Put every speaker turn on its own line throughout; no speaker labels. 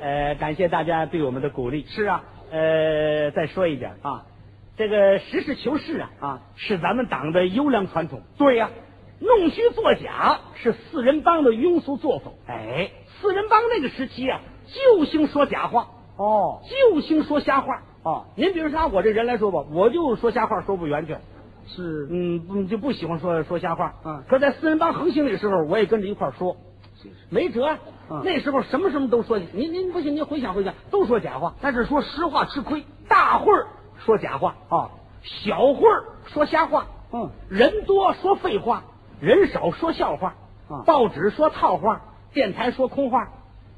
呃，感谢大家对我们的鼓励。
是啊，
呃，再说一点啊，这个实事求是啊
啊，
是咱们党的优良传统。
对呀、
弄虚作假是四人帮的庸俗作风。
哎，
四人帮那个时期啊，就兴说假话，
哦
就兴说瞎话。啊
哦，
您比如拿我这人来说吧，我就说瞎话说不圆去，
是
嗯，不就不喜欢说说瞎话。
嗯
可在四人帮横行那个时候，我也跟着一块儿说，
是是
没辙啊。
嗯
那时候什么什么都说，您您不信您回想回想，都说假话。
但是说实话吃亏
大会儿说假话，
啊，
小会儿说瞎话，
嗯，
人多说废话，人少说笑话，
啊
报纸说套话，电台说空话，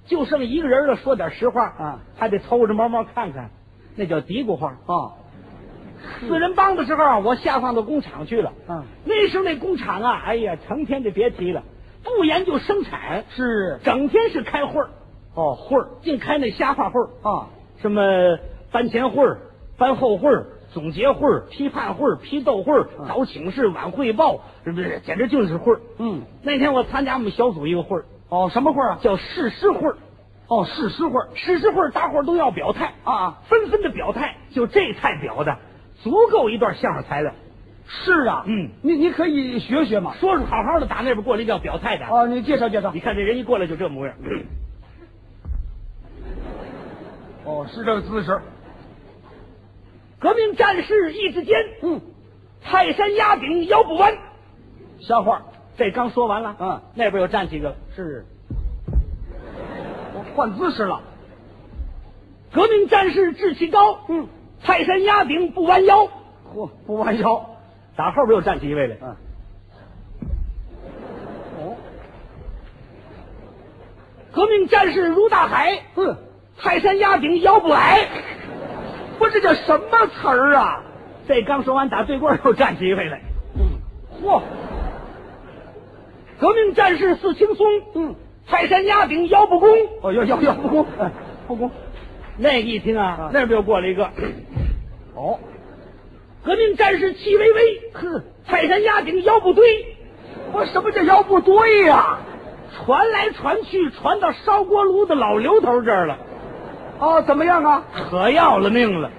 就剩一个人了，说点实话
啊，
还得凑着猫猫看看，那叫嘀咕话。
哦，
四人帮的时候啊，我下放到工厂去了，
嗯，
那时候那工厂啊，哎呀，成天就别提了，不研究生产，
是
整天是开会儿，
哦
会儿净开那瞎话会儿。
啊，
什么班前会儿、班后会儿、总结会儿、批判会儿、批斗会儿、
嗯
早请示、晚汇报，是不是？简直就是会儿。
嗯，
那天我参加我们小组一个会儿，
哦什么会儿啊？
叫誓师会儿。
哦是诗会儿
誓师会儿，大伙儿都要表态
啊啊，
纷纷的表态，就这菜表的，足够一段相声材料。
是啊，
嗯，
你你可以学学嘛。
说说好好的，打那边过来要表态的。
哦，你介绍介绍
你。看这人一过来就这模样，
哦，是这个姿势。
革命战士意志坚，
嗯，
泰山压顶腰不弯。
瞎话儿
这刚说完了，
嗯，
那边又站起个
是。我换姿势了。
革命战士志气高，
嗯，
泰山压顶不弯腰。
嚯，不弯腰。
打后边又站起一位来，
嗯。哦，
革命战士如大海，
哼，
泰山压顶腰不矮。
不，这叫什么词儿啊？
这刚说完，打对过又站起一位来，
嚯，
嗯革命战士似青松，
嗯，
泰山压顶腰不弓。
哦，要要要不公，哎不公。
那一听啊
啊，
那边又过来一个，
哦，
革命战士气巍巍，
哼，
泰山压顶腰不堆。
我什么叫腰不对呀、
传来传去，传到烧锅炉的老刘头这儿了，
哦，怎么样啊？
可要了命了。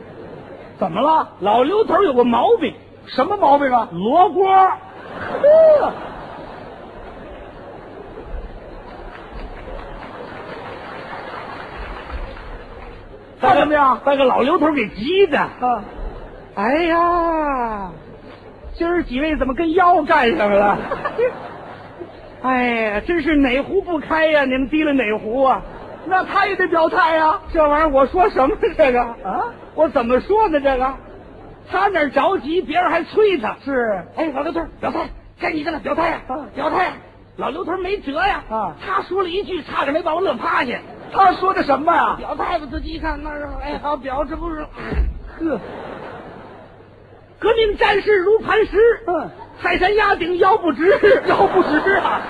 怎么了？
老刘头有个毛病，
什么毛病啊？
罗锅。
呵，
把
怎么样
把个老刘头给急的。
啊，
哎呀，今儿几位怎么跟腰干上了？哎呀，真是哪壶不开呀、你们提了哪壶啊？
那他也得表态呀、
这玩意儿我说什么这个
啊？
我怎么说呢？这个，他那儿着急，别人还催他。
是
哎，老刘头表态，该你的了，表态呀、
啊
表态呀、老刘头没辙呀、
啊
他说了一句，差点没把我乐趴下。
他说的什么呀、
表态吧，自己一看那儿，哎，好表，这不是。
呵，
革命战士如磐石，
嗯，
泰山压顶腰不直，
腰不直啊，